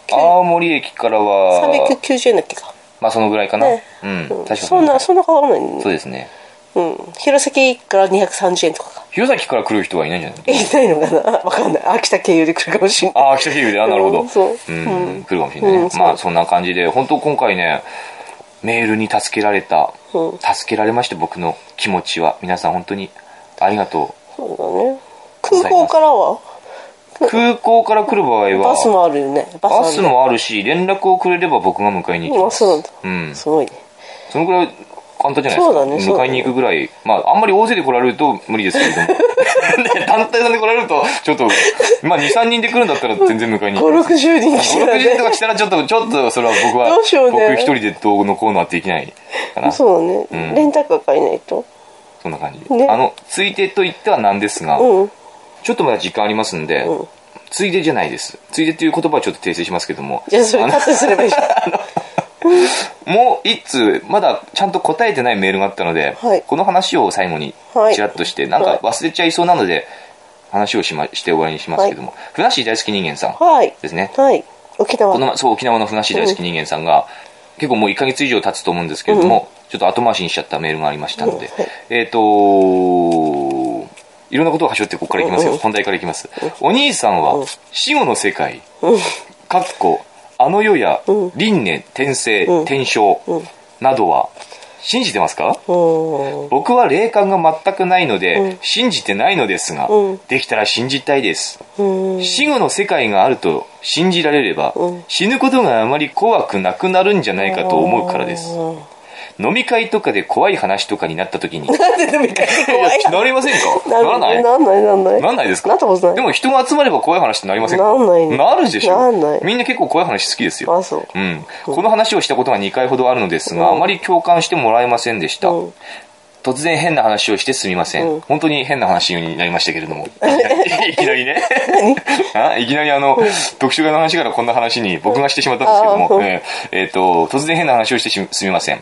[SPEAKER 2] 390
[SPEAKER 1] 青森駅からは
[SPEAKER 2] 円だっけか
[SPEAKER 1] まあそのぐらいかな、
[SPEAKER 2] ね
[SPEAKER 1] うん確かに
[SPEAKER 2] そんなそんな変わらないね
[SPEAKER 1] そうですね
[SPEAKER 2] うん弘前から230円とかか
[SPEAKER 1] 弘前から来る人はいないんじゃない
[SPEAKER 2] えいないのかな わかんない秋田経由で来るかもしれない
[SPEAKER 1] ああ、北九州で、あ、なるほど。
[SPEAKER 2] うんそう
[SPEAKER 1] うん、来るかもしれないね。
[SPEAKER 2] うんそう
[SPEAKER 1] まあ、そんな感じで、本当今回ね、メールに助けられた、
[SPEAKER 2] うん
[SPEAKER 1] 助けられました僕の気持ちは。皆さん本当にありがと
[SPEAKER 2] そうだね空港からは
[SPEAKER 1] う。空港から来る場合は、
[SPEAKER 2] バスもあるよねバスある
[SPEAKER 1] バス
[SPEAKER 2] ね
[SPEAKER 1] もあるし、連絡をくれれば僕が迎えに行き
[SPEAKER 2] うん
[SPEAKER 1] ま
[SPEAKER 2] あ
[SPEAKER 1] す。
[SPEAKER 2] そうなんだ
[SPEAKER 1] うん。
[SPEAKER 2] すごいね
[SPEAKER 1] そのぐらい簡単じゃないですか。
[SPEAKER 2] そうだねそうだ
[SPEAKER 1] 迎
[SPEAKER 2] ね
[SPEAKER 1] えに行くぐらい。まあ、あんまり大勢で来られると無理ですけれども。 ね団体さんで来られると、ちょっと、まあ、2、3人で来るんだったら全然迎えに行きます
[SPEAKER 2] 560人来
[SPEAKER 1] 5、
[SPEAKER 2] て
[SPEAKER 1] 6人と
[SPEAKER 2] たね
[SPEAKER 1] か来たらちょっと、ちょっとそれは僕は、
[SPEAKER 2] どうしようね
[SPEAKER 1] 僕一人でどうのこうのはできないかな。そ
[SPEAKER 2] そうだね、
[SPEAKER 1] うん
[SPEAKER 2] レンタカー借りないと
[SPEAKER 1] んな感じ。
[SPEAKER 2] ね
[SPEAKER 1] あの、ついでと言ってはなんですが、
[SPEAKER 2] うん
[SPEAKER 1] ちょっとまだ時間ありますんで、
[SPEAKER 2] うん
[SPEAKER 1] ついでじゃないです。ついでという言葉はちょっと訂正しますけども、
[SPEAKER 2] じゃあそれカットすればいいじゃん
[SPEAKER 1] もう一通、まだちゃんと答えてないメールがあったので、
[SPEAKER 2] はい
[SPEAKER 1] この話を最後に
[SPEAKER 2] はい
[SPEAKER 1] ちらっとして、なんか忘れちゃいそうなので、話をし,、ま、して終わりにしますけども、ふなっしー大好き人間さん
[SPEAKER 2] はい
[SPEAKER 1] ですね。
[SPEAKER 2] はい沖縄
[SPEAKER 1] このそう沖縄のふなっしー大好き人間さんが、結構もう1ヶ月以上経つと思うんですけれども、ちょっと後回しにしちゃったメールがありましたので、
[SPEAKER 2] うんはい
[SPEAKER 1] えっ、とーいろんなことを端折ってここからいきますよ、
[SPEAKER 2] うんうん
[SPEAKER 1] 本題からいきます、お兄さん
[SPEAKER 2] う
[SPEAKER 1] は
[SPEAKER 2] ん
[SPEAKER 1] 死後の世界、かっこあの世や
[SPEAKER 2] うん
[SPEAKER 1] 輪廻転生、
[SPEAKER 2] うん
[SPEAKER 1] 転生
[SPEAKER 2] うん
[SPEAKER 1] などは信じてますか
[SPEAKER 2] うん
[SPEAKER 1] 僕は霊感が全くないので、
[SPEAKER 2] うん
[SPEAKER 1] 信じてないのですが、
[SPEAKER 2] うん
[SPEAKER 1] できたら信じたいです
[SPEAKER 2] うん
[SPEAKER 1] 死後の世界があると信じられれば、
[SPEAKER 2] うん
[SPEAKER 1] 死ぬことがあまり怖くなくなるんじゃないかと思うからです
[SPEAKER 2] な
[SPEAKER 1] 飲み会とかで怖い話とかになった 時に
[SPEAKER 2] んで飲み会って怖い
[SPEAKER 1] なりませんかならない
[SPEAKER 2] なんないなんない
[SPEAKER 1] なんないですか
[SPEAKER 2] なったことない
[SPEAKER 1] でも人が集まれば怖い話ってなりませんか
[SPEAKER 2] なんないね
[SPEAKER 1] なるでしょ
[SPEAKER 2] なんない
[SPEAKER 1] みんな結構怖い話好きですよ
[SPEAKER 2] あそう
[SPEAKER 1] うん、この話をしたことが2回ほどあるのですが、
[SPEAKER 2] う
[SPEAKER 1] あ
[SPEAKER 2] ん
[SPEAKER 1] まり共感してもらえませんでした、
[SPEAKER 2] うん
[SPEAKER 1] 突然変な話をしてすみません、
[SPEAKER 2] うん
[SPEAKER 1] 本当に変な話になりましたけれど もいきなりいきなりねあいきなりあの、読書会の話からこんな話に僕がしてしまったんですけども、
[SPEAKER 2] うんあ
[SPEAKER 1] えーえーと突然変な話をしてしすみません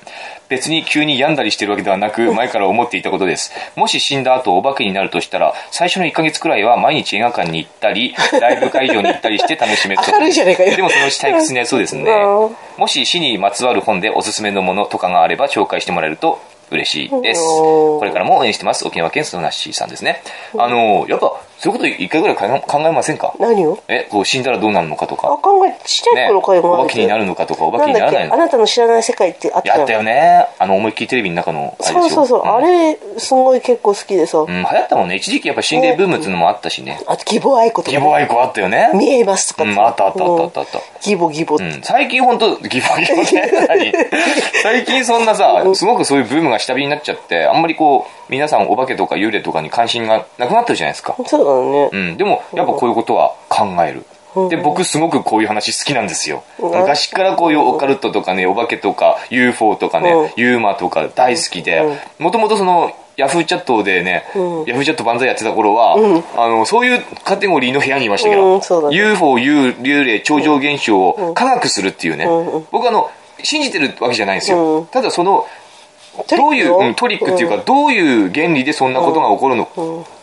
[SPEAKER 1] 別に急に病んだりしてるわけではなく前から思っていたことですもし死んだ後お化けになるとしたら最初の1ヶ月くらいは毎日映画館に行った りライブ会場に行ったりして楽しめそう
[SPEAKER 2] 明るいじゃないかよ
[SPEAKER 1] でもそのうち退屈になりそうですね
[SPEAKER 2] うん
[SPEAKER 1] もし死にまつわる本でおすすめのものとかがあれば紹介してもらえると嬉しいです。
[SPEAKER 2] おー
[SPEAKER 1] これからも応援してます。沖縄県ソナッシーさんですね。あのー、やっぱ、そういうこと一回ぐらい考え考えませんか
[SPEAKER 2] 何を
[SPEAKER 1] え、こう死んだらどうなるのかと
[SPEAKER 2] あ
[SPEAKER 1] か、
[SPEAKER 2] 考えちっちゃい
[SPEAKER 1] ね、
[SPEAKER 2] 頃から
[SPEAKER 1] お化けにな
[SPEAKER 2] る
[SPEAKER 1] るのかとか、お化
[SPEAKER 2] な
[SPEAKER 1] け
[SPEAKER 2] ん
[SPEAKER 1] にな
[SPEAKER 2] だっ
[SPEAKER 1] ら
[SPEAKER 2] け
[SPEAKER 1] ない
[SPEAKER 2] あ
[SPEAKER 1] のか。
[SPEAKER 2] なたの知らない世界ってあった
[SPEAKER 1] や
[SPEAKER 2] じ
[SPEAKER 1] っ
[SPEAKER 2] ゃん
[SPEAKER 1] たよね。あの、思いっきりテレビの中のあれ
[SPEAKER 2] そ
[SPEAKER 1] で
[SPEAKER 2] う
[SPEAKER 1] すよ。
[SPEAKER 2] そうそう、あれすごい結構好きでさ、
[SPEAKER 1] うん、うん流行ったもんね。一時期やっぱ心霊ブームっていうのもあったしね。
[SPEAKER 2] あと義母愛子とか
[SPEAKER 1] 義
[SPEAKER 2] ね、
[SPEAKER 1] 母愛子あったよね。
[SPEAKER 2] 見えますとか
[SPEAKER 1] うん、あったあったあったあったあった。
[SPEAKER 2] 義母義母っ
[SPEAKER 1] う
[SPEAKER 2] て、
[SPEAKER 1] ん、最近本当ギボギボね 何最近そんなさすごくそういうブームが下火になっちゃってあんまりこう皆さんお化けとか幽霊とかに関心がなくなってるじゃないですか、
[SPEAKER 2] そうだね、
[SPEAKER 1] うん、でもやっぱこういうことは考えるで僕すごくこういう話好きなんですよ
[SPEAKER 2] うん
[SPEAKER 1] 昔からこういうオカルトとかねお化けとか UFO とか
[SPEAKER 2] うん
[SPEAKER 1] ねユーマとか大好きでもともとそのヤフーチャットでね、
[SPEAKER 2] うん
[SPEAKER 1] ヤフーチャット万歳やってた頃は、あのそういうカテゴリーの部屋にいましたけど、
[SPEAKER 2] うんそうだね
[SPEAKER 1] UFO 幽幽霊超常現象を科学するっていうね、
[SPEAKER 2] んう
[SPEAKER 1] 僕あの信じてるわけじゃないんですよ、
[SPEAKER 2] うん
[SPEAKER 1] ただその
[SPEAKER 2] トリック
[SPEAKER 1] どういう、
[SPEAKER 2] を
[SPEAKER 1] うんトリックっていうか、どういう原理でそんなことが起こるの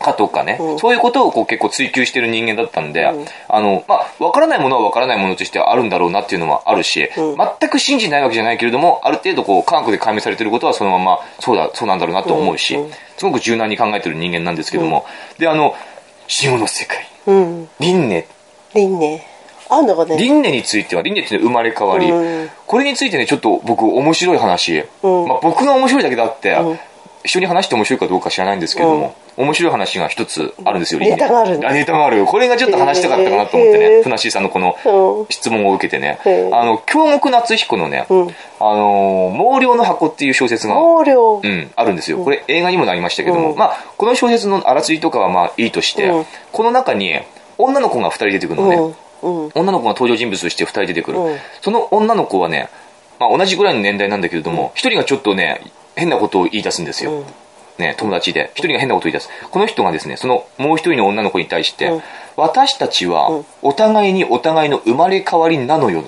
[SPEAKER 1] かとかね、そういうことをこう結構追求してる人間だったんで、あの、まあ、わからないものはわからないものとしてあるんだろうなっていうのもあるし、全く信じないわけじゃないけれども、ある程度こう、科学で解明されてることはそのまま、そうだ、そうなんだろうなと思うし、すごく柔軟に考えてる人間なんですけども、で、あの、潮の世界、
[SPEAKER 2] うん
[SPEAKER 1] 輪廻、
[SPEAKER 2] 輪廻あんのかね
[SPEAKER 1] 輪廻については輪廻っていうのは生まれ変わり、
[SPEAKER 2] うん
[SPEAKER 1] これについてねちょっと僕面白い話、
[SPEAKER 2] うん
[SPEAKER 1] まあ、僕が面白いだけだって、人に話して面白いかどうか知らないんですけれども、面白い話が一つあるんですよ
[SPEAKER 2] ネタがあるんだ
[SPEAKER 1] あネタがあるこれがちょっと話したかったかなと思って
[SPEAKER 2] へ
[SPEAKER 1] ね
[SPEAKER 2] ー
[SPEAKER 1] ふなっしーさんのこ
[SPEAKER 2] う
[SPEAKER 1] の
[SPEAKER 2] ん
[SPEAKER 1] 質問を受けてね
[SPEAKER 2] へー
[SPEAKER 1] あの京極夏彦のね「
[SPEAKER 2] うん
[SPEAKER 1] あのー毛量の箱」っていう小説が
[SPEAKER 2] 毛量
[SPEAKER 1] うん、あるんですよ。これ映画にもなりましたけども、
[SPEAKER 2] うん
[SPEAKER 1] まあ、この小説のあらすじとかはまあいいとして、
[SPEAKER 2] うん
[SPEAKER 1] この中に女の子が2人出てくるのね、
[SPEAKER 2] うんうん
[SPEAKER 1] 女の子が登場人物として2人出てくる、
[SPEAKER 2] うん
[SPEAKER 1] その女の子はね、まあ、同じぐらいの年代なんだけれども、一1人がちょっとね変なことを言い出すんですよ、
[SPEAKER 2] うん
[SPEAKER 1] ね、友達で1人が変なことを言い出すこの人がですねそのもう1人の女の子に対して、
[SPEAKER 2] うん
[SPEAKER 1] 私たちはお互いにお互いの生まれ変わりなのよ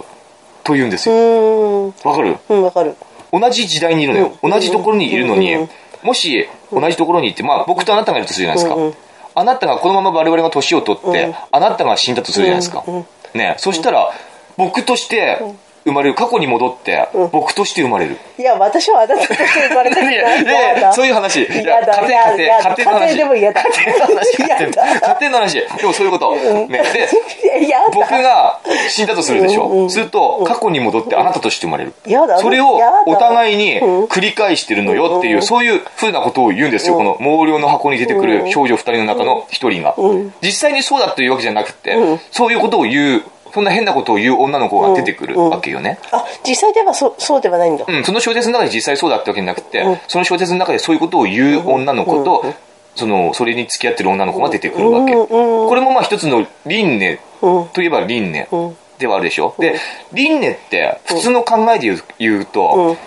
[SPEAKER 1] と言うんです
[SPEAKER 2] う
[SPEAKER 1] よ
[SPEAKER 2] ーん
[SPEAKER 1] わかる
[SPEAKER 2] うんわかる
[SPEAKER 1] 同じ時代にいるのよ、
[SPEAKER 2] うん
[SPEAKER 1] 同じところにいるのに、
[SPEAKER 2] うん
[SPEAKER 1] もし同じところにいて、まあ、僕とあなたがいるとするじゃないですか、
[SPEAKER 2] うんうん
[SPEAKER 1] あなたがこのまま我々が年を取って、
[SPEAKER 2] うん
[SPEAKER 1] あなたが死んだとするじゃないですか、
[SPEAKER 2] うんうん
[SPEAKER 1] ね、そしたら僕として生まれる過去に戻って、僕として生まれ る、
[SPEAKER 2] いや私はあなたとして生まれたくな い
[SPEAKER 1] いやいやいやそういう話い
[SPEAKER 2] 嫌だ
[SPEAKER 1] 家庭家
[SPEAKER 2] 嫌
[SPEAKER 1] 庭
[SPEAKER 2] だ
[SPEAKER 1] 家庭の話
[SPEAKER 2] 家庭でも嫌だ
[SPEAKER 1] 家庭の話家
[SPEAKER 2] 嫌
[SPEAKER 1] 庭
[SPEAKER 2] だ
[SPEAKER 1] 家庭の話でもそういうこと、ね、で
[SPEAKER 2] いや
[SPEAKER 1] 僕
[SPEAKER 2] だ
[SPEAKER 1] が死んだとするでしょ、
[SPEAKER 2] うんうん
[SPEAKER 1] すると過去に戻ってあなたとして生まれる、
[SPEAKER 2] やだ
[SPEAKER 1] それを
[SPEAKER 2] やだ
[SPEAKER 1] お互いに
[SPEAKER 2] うん
[SPEAKER 1] 繰り返してるのよっていう、
[SPEAKER 2] うん
[SPEAKER 1] そういうふうなことを言うんですよ、
[SPEAKER 2] うん
[SPEAKER 1] この毛量の箱に出てくる少女2人の中の1人が、
[SPEAKER 2] うん
[SPEAKER 1] 実際にそうだというわけじゃなくて、
[SPEAKER 2] うん
[SPEAKER 1] そういうことを言うそんな変なことを言う女の子が出てくるわけよね、
[SPEAKER 2] あ実際ではそそうではないんだ
[SPEAKER 1] うん、その小説の中で実際そうだったわけじゃなくて、
[SPEAKER 2] うん
[SPEAKER 1] その小説の中でそういうことを言う女の子と、
[SPEAKER 2] うん
[SPEAKER 1] そのそれに付き合ってる女の子が出てくるわけ、
[SPEAKER 2] うんうん
[SPEAKER 1] これもまあ一つの輪廻
[SPEAKER 2] うん
[SPEAKER 1] といえば輪廻
[SPEAKER 2] うん
[SPEAKER 1] ではあるでしょ、で輪廻って普通の考えで言う言う
[SPEAKER 2] う
[SPEAKER 1] と、
[SPEAKER 2] ん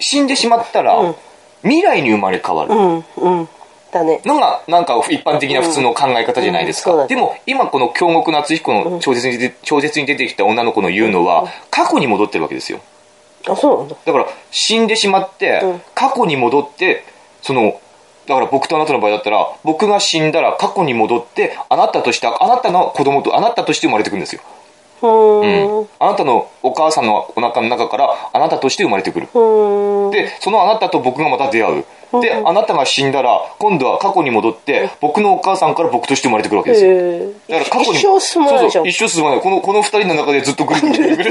[SPEAKER 1] 死んでしまったら、
[SPEAKER 2] うん
[SPEAKER 1] 未来に生まれ変わる、
[SPEAKER 2] うんうんだね
[SPEAKER 1] のがなんか一般的な普通の考え方じゃないですか、
[SPEAKER 2] うんうん
[SPEAKER 1] で
[SPEAKER 2] そうだね
[SPEAKER 1] も今この京極夏彦の小説に出て小説に出てきた女の子の言うのは過去に戻ってるわけですよ
[SPEAKER 2] あそうなんだ
[SPEAKER 1] だから死んでしまって、
[SPEAKER 2] うん
[SPEAKER 1] 過去に戻ってそのだから僕とあなたの場合だったら僕が死んだら過去に戻ってあなたとしてあなたの子供とあなたとして生まれてくるんですよ、
[SPEAKER 2] うーんう
[SPEAKER 1] あなたのお母さんのお腹の中からあなたとして生まれてくる
[SPEAKER 2] ーん
[SPEAKER 1] でそのあなたと僕がまた出会うであなたが死んだら今度は過去に戻って僕のお母さんから僕として生まれてくるわけですよ
[SPEAKER 2] ええ
[SPEAKER 1] だから過去に
[SPEAKER 2] 一生進まないじゃ
[SPEAKER 1] そう
[SPEAKER 2] ん
[SPEAKER 1] そう一生進まないこのこの二人の中でずっ とぐるぐるぐるぐる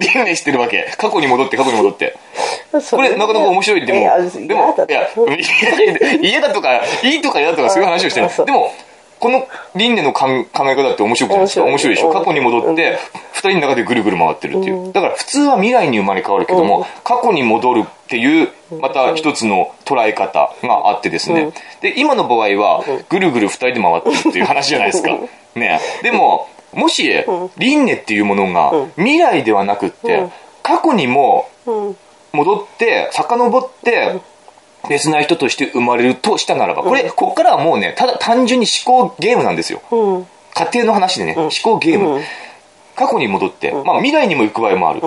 [SPEAKER 1] 輪廻してるわけ過去に戻って過去に戻ってこれなかなか面白いでも、でもいや嫌だとかいいとか嫌だとかそういう話をして
[SPEAKER 2] あそ
[SPEAKER 1] る
[SPEAKER 2] う
[SPEAKER 1] でもこの輪廻の考え考え方って面白くないですか面白
[SPEAKER 2] 面白
[SPEAKER 1] い
[SPEAKER 2] い
[SPEAKER 1] でしょ
[SPEAKER 2] うん
[SPEAKER 1] 過去に戻って2人の中でぐるぐる回ってるっていうだから普通は未来に生まれ変わるけど
[SPEAKER 2] う
[SPEAKER 1] も
[SPEAKER 2] ん
[SPEAKER 1] 過去に戻るっていうまた一つの捉え方があってですねで今の場合はぐるぐる2人で回ってるっていう話じゃないですかねでももし輪廻っていうものが未来ではなくって過去にも
[SPEAKER 2] うん
[SPEAKER 1] 戻って遡って別な人として生まれるとしたならばこれこっからはもうねただ単純に思考ゲームなんですよ
[SPEAKER 2] うん
[SPEAKER 1] 家庭の話でね思考ゲーム過去に戻ってまあ未来にも行く場合もある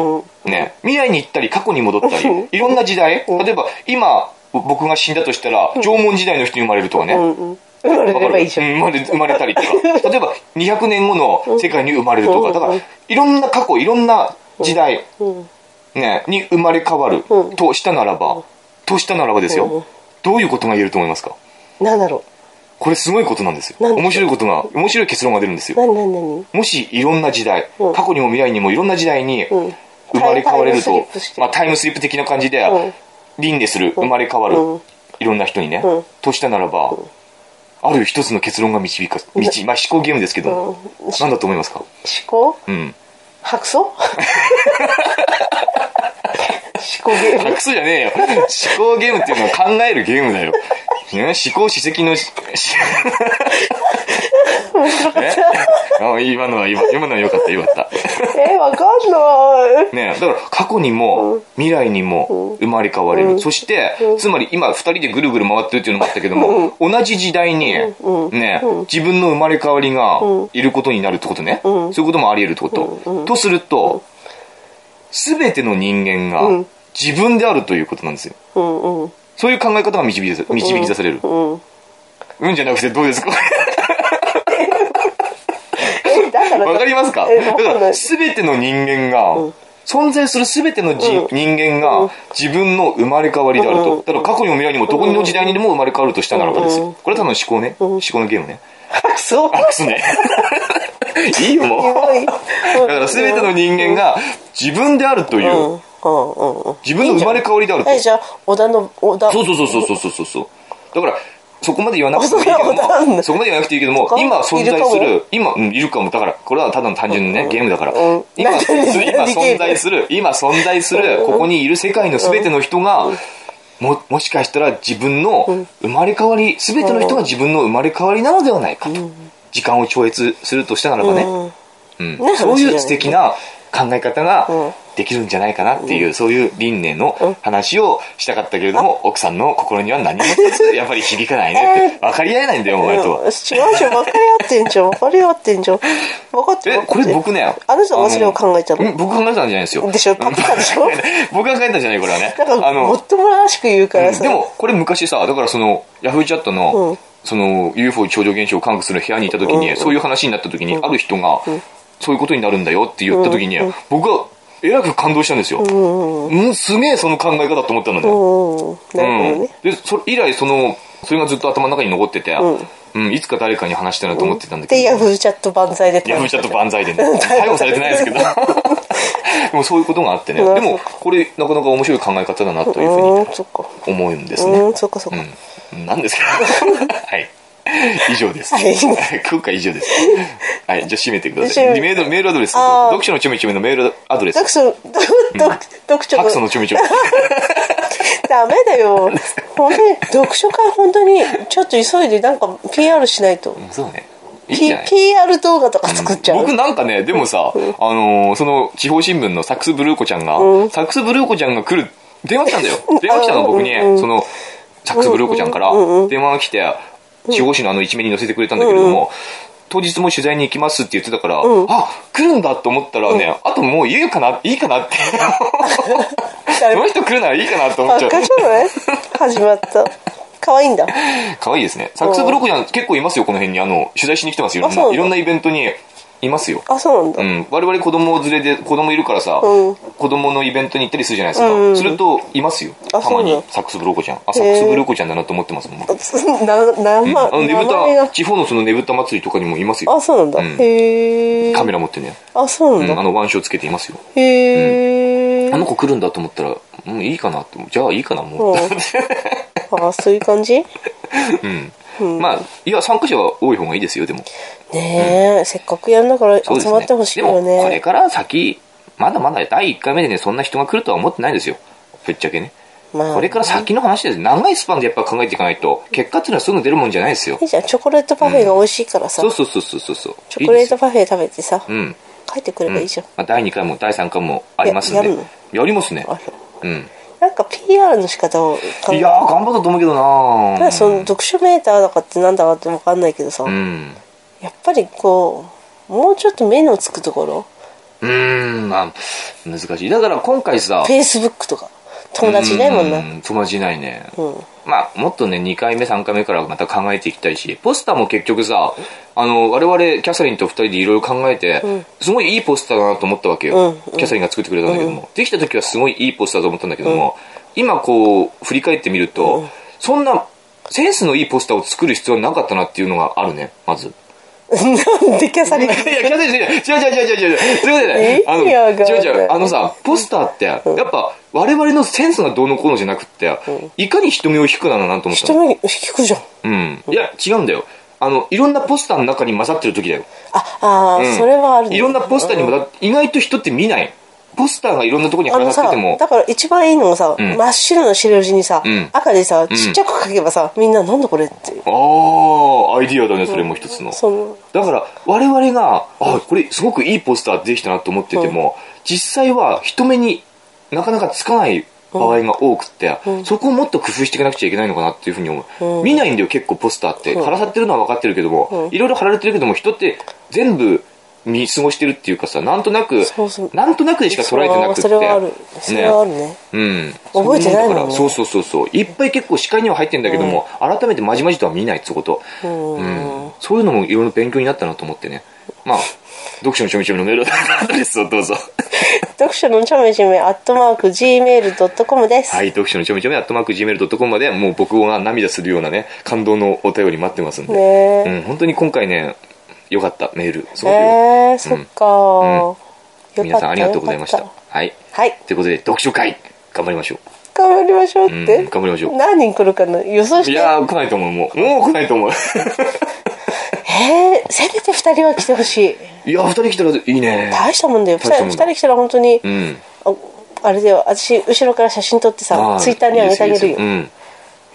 [SPEAKER 1] ね未来に行ったり過去に戻ったりいろんな時代例えば今僕が死んだとしたら縄文時代の人に生まれるとかね
[SPEAKER 2] うんうん生ま
[SPEAKER 1] わ
[SPEAKER 2] れ
[SPEAKER 1] か
[SPEAKER 2] れ
[SPEAKER 1] る
[SPEAKER 2] ばいいじゃん
[SPEAKER 1] うん生まれ生まれたりと か例えば200年後の世界に生まれると
[SPEAKER 2] う
[SPEAKER 1] か
[SPEAKER 2] ん
[SPEAKER 1] だからいろんな過去いろんな時代、
[SPEAKER 2] うん
[SPEAKER 1] ね、に生まれ変わる
[SPEAKER 2] うん
[SPEAKER 1] としたならばとしたならばです
[SPEAKER 2] うんう
[SPEAKER 1] よ
[SPEAKER 2] ん
[SPEAKER 1] どういうことが言えると思いますか
[SPEAKER 2] なんだろ
[SPEAKER 1] これすごいことなんですよ
[SPEAKER 2] なんでしょう
[SPEAKER 1] 面白いことが面白い結論が出るんです
[SPEAKER 2] うな
[SPEAKER 1] よ
[SPEAKER 2] になになに
[SPEAKER 1] もしいろんな時代
[SPEAKER 2] うん
[SPEAKER 1] 過去にも未来にもいろんな時代に
[SPEAKER 2] うん
[SPEAKER 1] 生まれ変われる
[SPEAKER 2] タイム
[SPEAKER 1] と
[SPEAKER 2] スリップして
[SPEAKER 1] まあタイムスリップ的な感じで
[SPEAKER 2] うん
[SPEAKER 1] 輪廻する生まれ変わる
[SPEAKER 2] うん
[SPEAKER 1] いろんな人にね
[SPEAKER 2] うん
[SPEAKER 1] としたならばある一つの結論が導か導まあ思考ゲームですけども
[SPEAKER 2] うん
[SPEAKER 1] 何だと思いますか
[SPEAKER 2] 思考
[SPEAKER 1] うん
[SPEAKER 2] 白草思考ゲーム
[SPEAKER 1] 隠すじゃねえよ。思考ゲームっていうのは考えるゲームだよ。ね、思考史跡のし、しね、あ今のは今今のは良かった良かった。
[SPEAKER 2] えわかんない
[SPEAKER 1] ね、だから過去にも未来にも生まれ変われる、そして、つまり今2人でぐるぐる回ってるっていうのもあったけども、同じ時代に、ね自分の生まれ変わりがいることになるってことね、そういうこともあり得るってこと、とすると全ての人間が自分であるということなんですよ。
[SPEAKER 2] うんうん
[SPEAKER 1] そういう考え方が導き出さ導き出される。
[SPEAKER 2] うん
[SPEAKER 1] うんじゃなくてどうですか
[SPEAKER 2] えだから
[SPEAKER 1] わかりますか
[SPEAKER 2] え
[SPEAKER 1] だ
[SPEAKER 2] わ
[SPEAKER 1] か
[SPEAKER 2] かんな
[SPEAKER 1] ら
[SPEAKER 2] い
[SPEAKER 1] 全ての人間が、存在する全てのじ、
[SPEAKER 2] うん
[SPEAKER 1] 人間が自分の生まれ変わりである
[SPEAKER 2] うん
[SPEAKER 1] と。だから過去にも未来にもどこにの時代にでも生まれ変わるとしたならばです
[SPEAKER 2] うん
[SPEAKER 1] よ。これは多分思考ね。思考のゲームね。
[SPEAKER 2] そう
[SPEAKER 1] あ、くす ね。いいよ、もう。 だから全ての人間が自分であるというう、
[SPEAKER 2] んうんうんうん
[SPEAKER 1] 自分の生まれ変わりであると。
[SPEAKER 2] えじゃあ織田の織田
[SPEAKER 1] そうそうそうそうそうそうそう。だから、そこまで言わなくてもいいけど
[SPEAKER 2] そうなんだ
[SPEAKER 1] も、そこまで言わなくていいけども
[SPEAKER 2] そ、こ
[SPEAKER 1] 今存在す
[SPEAKER 2] いる
[SPEAKER 1] る、今、うん、いるかも、だから、これはただの単純なね、ゲームだから
[SPEAKER 2] うん。
[SPEAKER 1] 今、
[SPEAKER 2] なんでなんで
[SPEAKER 1] 今
[SPEAKER 2] ゲーム
[SPEAKER 1] 存在する、今存在する、ここにいる世界の全ての人が、も、もしかしたら自分の生まれ変わり、全ての人が自分の生まれ変わりなのではないかと。時間を超越するとしたならばね。
[SPEAKER 2] うん
[SPEAKER 1] うん
[SPEAKER 2] ね
[SPEAKER 1] そういう素敵な考え方が
[SPEAKER 2] うん
[SPEAKER 1] できるんじゃないかなっていう、そういう輪廻の話をしたかったけれども、奥さんの心には何も一つやっぱり響かないねって分かり合えないんだよお前と
[SPEAKER 2] 違
[SPEAKER 1] は
[SPEAKER 2] う。じゃん分かり合ってんじゃん分かり合ってんじゃん分かって
[SPEAKER 1] え
[SPEAKER 2] 分かって
[SPEAKER 1] これ僕ね
[SPEAKER 2] あなたはそれを考えたの
[SPEAKER 1] うん僕考えたんじゃないですよ
[SPEAKER 2] でしょパクったでしょ
[SPEAKER 1] 僕が考えたんじゃないこれはね
[SPEAKER 2] なんか
[SPEAKER 1] あ
[SPEAKER 2] もっともらしく言うから さ
[SPEAKER 1] でもこれ昔さだからそのヤフーチャットの、
[SPEAKER 2] うん
[SPEAKER 1] その UFO 超常現象を関与する部屋にいた時に、そういう話になった時に、ある人が、そういうことになるんだよって言った時に、僕はえらく感動したんですよ、うんすげえその考え方と思ったので、
[SPEAKER 2] うんなるほど
[SPEAKER 1] うん
[SPEAKER 2] ね、
[SPEAKER 1] でそれ以来そのそれがずっと頭の中に残ってて、うんいつか誰かに話したいなと思ってたんだけど、
[SPEAKER 2] でヤフーチャット万歳で
[SPEAKER 1] ヤフーチャット万歳で ね逮捕されてないですけどでもそういうことがあってね
[SPEAKER 2] うん
[SPEAKER 1] でもこれなかなか面白い考え方だなというふう
[SPEAKER 2] うんそっか
[SPEAKER 1] に思うんですね、
[SPEAKER 2] うんそっかそっか
[SPEAKER 1] うん、なん ですかはい。以上です。
[SPEAKER 2] はい
[SPEAKER 1] 今回以上です。はい、じゃあ締めてくださ
[SPEAKER 2] 締
[SPEAKER 1] い。
[SPEAKER 2] め
[SPEAKER 1] メールメールアドレス、
[SPEAKER 2] あー
[SPEAKER 1] 読書のちょめちょめのメールアドレス、
[SPEAKER 2] 読書読読書
[SPEAKER 1] ハクソのちょめちょめ。
[SPEAKER 2] ダメ だよ本当に読書会本当にちょっと急いでなんか PR しないと
[SPEAKER 1] そうね。いいん
[SPEAKER 2] P
[SPEAKER 1] じゃない
[SPEAKER 2] PR 動画とか作っちゃう
[SPEAKER 1] 僕なんか ね、でもさ、あのーその地方新聞のサックスブルー子ちゃんが、サックスブルー子ちゃんが来る、電話来たんだよ。電話来たの僕に
[SPEAKER 2] うんうん、
[SPEAKER 1] その、サックスブルー子ちゃんから電話が来て、地方紙のあの一面に載せてくれたんだけれども、当日も取材に行きますって言ってたから、あ、来るんだと思ったらね、あともう言うかな、いいかな って。その人来るならいいかなと思っ
[SPEAKER 2] あ
[SPEAKER 1] ちゃ
[SPEAKER 2] か
[SPEAKER 1] う
[SPEAKER 2] じ。ゃない始まった可愛いんだ
[SPEAKER 1] 可愛いですね。サックスブルー子ちゃん結構いますよ、この辺に。あの、取材しに来てますよ。いろん
[SPEAKER 2] あそう
[SPEAKER 1] な
[SPEAKER 2] だ
[SPEAKER 1] いろんなイベントにいますよ。
[SPEAKER 2] あそうなんだ
[SPEAKER 1] うん、我々子供連れで子供いるからさ、
[SPEAKER 2] うん
[SPEAKER 1] 子供のイベントに行ったりするじゃないですか、
[SPEAKER 2] うんうん
[SPEAKER 1] するといますよた
[SPEAKER 2] あ
[SPEAKER 1] ま
[SPEAKER 2] そうな
[SPEAKER 1] に
[SPEAKER 2] の
[SPEAKER 1] サックスブローコちゃんあサックスブローコちゃんだなと思ってますもん、僕
[SPEAKER 2] ななま
[SPEAKER 1] あのねぶ
[SPEAKER 2] 名前が
[SPEAKER 1] た地方のそのねぶた祭りとかにもいます
[SPEAKER 2] あ
[SPEAKER 1] よ
[SPEAKER 2] そうなんだ、
[SPEAKER 1] うん
[SPEAKER 2] へえ
[SPEAKER 1] カメラ持ってね、
[SPEAKER 2] あそう
[SPEAKER 1] う
[SPEAKER 2] なん
[SPEAKER 1] ん、
[SPEAKER 2] だ、
[SPEAKER 1] あの腕章つけていますよ
[SPEAKER 2] へえ、
[SPEAKER 1] あの子来るんだと思ったら、うん、いいかなってじゃあいいかなもう、
[SPEAKER 2] あそういう感じね
[SPEAKER 1] うん、 まあいや参加者は多い方がいいですよでも
[SPEAKER 2] え、せっかくやんだから
[SPEAKER 1] そうです
[SPEAKER 2] 集まってほしいよ
[SPEAKER 1] でもこれ
[SPEAKER 2] ね
[SPEAKER 1] から先まだまだ第1回目でねそんな人が来るとは思ってないですよぶっちゃけね
[SPEAKER 2] まあ
[SPEAKER 1] これから先の話です長いスパンでやっぱ考えていかないと結果っていうのはすぐ出るもんじゃないですよ
[SPEAKER 2] いいじゃんチョコレートパフェが美味しいからさ、
[SPEAKER 1] そうそうそうそうそうそう
[SPEAKER 2] チョコレート
[SPEAKER 1] い
[SPEAKER 2] パフェ食べてさ、
[SPEAKER 1] いですようん
[SPEAKER 2] 帰ってくればいいじゃん、
[SPEAKER 1] まあ、第2回も第3回もありますん
[SPEAKER 2] や
[SPEAKER 1] で
[SPEAKER 2] やるの
[SPEAKER 1] やりますね
[SPEAKER 2] あそ
[SPEAKER 1] う
[SPEAKER 2] う
[SPEAKER 1] ん
[SPEAKER 2] なんか PR の仕方を考え
[SPEAKER 1] いやー頑張ったと思うけど
[SPEAKER 2] ま
[SPEAKER 1] な
[SPEAKER 2] あその読書メーターだかってなんだかって分かんないけどさ、
[SPEAKER 1] うん
[SPEAKER 2] やっぱりこうもうちょっと目のつくところ
[SPEAKER 1] うーんまあ難しいだから今回さ
[SPEAKER 2] Facebook とか友達いないもんな
[SPEAKER 1] う友達いないね、
[SPEAKER 2] うん
[SPEAKER 1] まあもっとね2回目3回目からまた考えていきたいしポスターも結局さあの我々キャサリンと2人でいろいろ考えて、すごいいいポスターだなと思ったわけよ、
[SPEAKER 2] うんうん
[SPEAKER 1] キャサリンが作ってくれたんだけども、できた時はすごいいいポスターだと思ったんだけども、今こう振り返ってみると、そんなセンスのいいポスターを作る必要はなかったなっていうのがあるねまず。
[SPEAKER 2] なんでキャサリン
[SPEAKER 1] いや、キャサリン、違う違う違う違う違う。そういうこと
[SPEAKER 2] え
[SPEAKER 1] で、あの、
[SPEAKER 2] いや
[SPEAKER 1] 違う
[SPEAKER 2] が
[SPEAKER 1] 違う、あのさ、ポスターって、やっぱ、我々のセンスがどうのこうのじゃなくって、いかに人目を引くかななと思った
[SPEAKER 2] 人
[SPEAKER 1] の。
[SPEAKER 2] 目に引くじゃん
[SPEAKER 1] うん。いや、違うんだよ。あの、いろんなポスターの中に混ざってる時だよ。
[SPEAKER 2] ああー、
[SPEAKER 1] うん
[SPEAKER 2] それはあるね
[SPEAKER 1] いろんなポスターにもだ、意外と人って見ない。ポスターがいろんなとこに
[SPEAKER 2] あ
[SPEAKER 1] 貼
[SPEAKER 2] の
[SPEAKER 1] らさ
[SPEAKER 2] さ
[SPEAKER 1] れても
[SPEAKER 2] だ、から一番いいのがさ、
[SPEAKER 1] ん
[SPEAKER 2] 真っ白の白地にさ、
[SPEAKER 1] ん
[SPEAKER 2] 赤でさちっちゃく書けばさ、みんななんだこれって
[SPEAKER 1] あー、アイディアだね、それも一つの。
[SPEAKER 2] その
[SPEAKER 1] だから我々があこれすごくいいポスターできたなと思ってても、実際は人目になかなかつかない場合が多くって、そこをもっと工夫していかなくちゃいけないのかなっていうふうに思う、見ないんだよ結構ポスターって、貼らされてるのは分かってるけども、いろいろ貼られてるけども人って全部見過ごしてるっていうかさなんとなく
[SPEAKER 2] そうそう
[SPEAKER 1] なんとなくでしか捉えてなくって
[SPEAKER 2] それはあるそれはあるね
[SPEAKER 1] うん、
[SPEAKER 2] 覚えてないもんね
[SPEAKER 1] だからそうそうそうそういっぱい結構視界には入ってんだけども、改めてまじまじとは見ないってこと、
[SPEAKER 2] うん
[SPEAKER 1] うんそういうのもいろいろ勉強になったなと思ってねまあ読書のちょみちょみのメールアドレスをどうぞ
[SPEAKER 2] 読書のちょめちょめアットマーク Gmail.com です、
[SPEAKER 1] はい読書のちょみちょみアットマーク Gmail.com までもう僕が涙するようなね感動のお便り待ってますんで、
[SPEAKER 2] ねえ、
[SPEAKER 1] うん、本当に今回ねよかったメールすごくよかっ
[SPEAKER 2] えー、そっか、よかった
[SPEAKER 1] た皆さんありがとうございました
[SPEAKER 2] よかっ
[SPEAKER 1] はい
[SPEAKER 2] たはい
[SPEAKER 1] ということで読書会頑張りましょう
[SPEAKER 2] 頑張りましょうって、
[SPEAKER 1] うん頑張りましょう
[SPEAKER 2] 何人来るかな予想し
[SPEAKER 1] い
[SPEAKER 2] て
[SPEAKER 1] やー来ないと思うもうもう来ない と思う
[SPEAKER 2] えー、せめて2人は来てほしい
[SPEAKER 1] いやー二人来たらいいね
[SPEAKER 2] 大したもんだよ 2,
[SPEAKER 1] 大したもんだ
[SPEAKER 2] 人来たら本当に、
[SPEAKER 1] うん
[SPEAKER 2] ああれだよ私後ろから写真撮って
[SPEAKER 1] あ
[SPEAKER 2] さ
[SPEAKER 1] ー
[SPEAKER 2] ツイッターに上げてあげるよ
[SPEAKER 1] いいですいいですうん。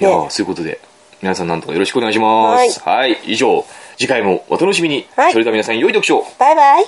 [SPEAKER 1] いやー、
[SPEAKER 2] ね
[SPEAKER 1] そういうことで、皆さんなんとかよろしくお願いします。はい。以上、次回もお楽しみに。
[SPEAKER 2] はい
[SPEAKER 1] それでは皆さん、良い読書を
[SPEAKER 2] バイバイ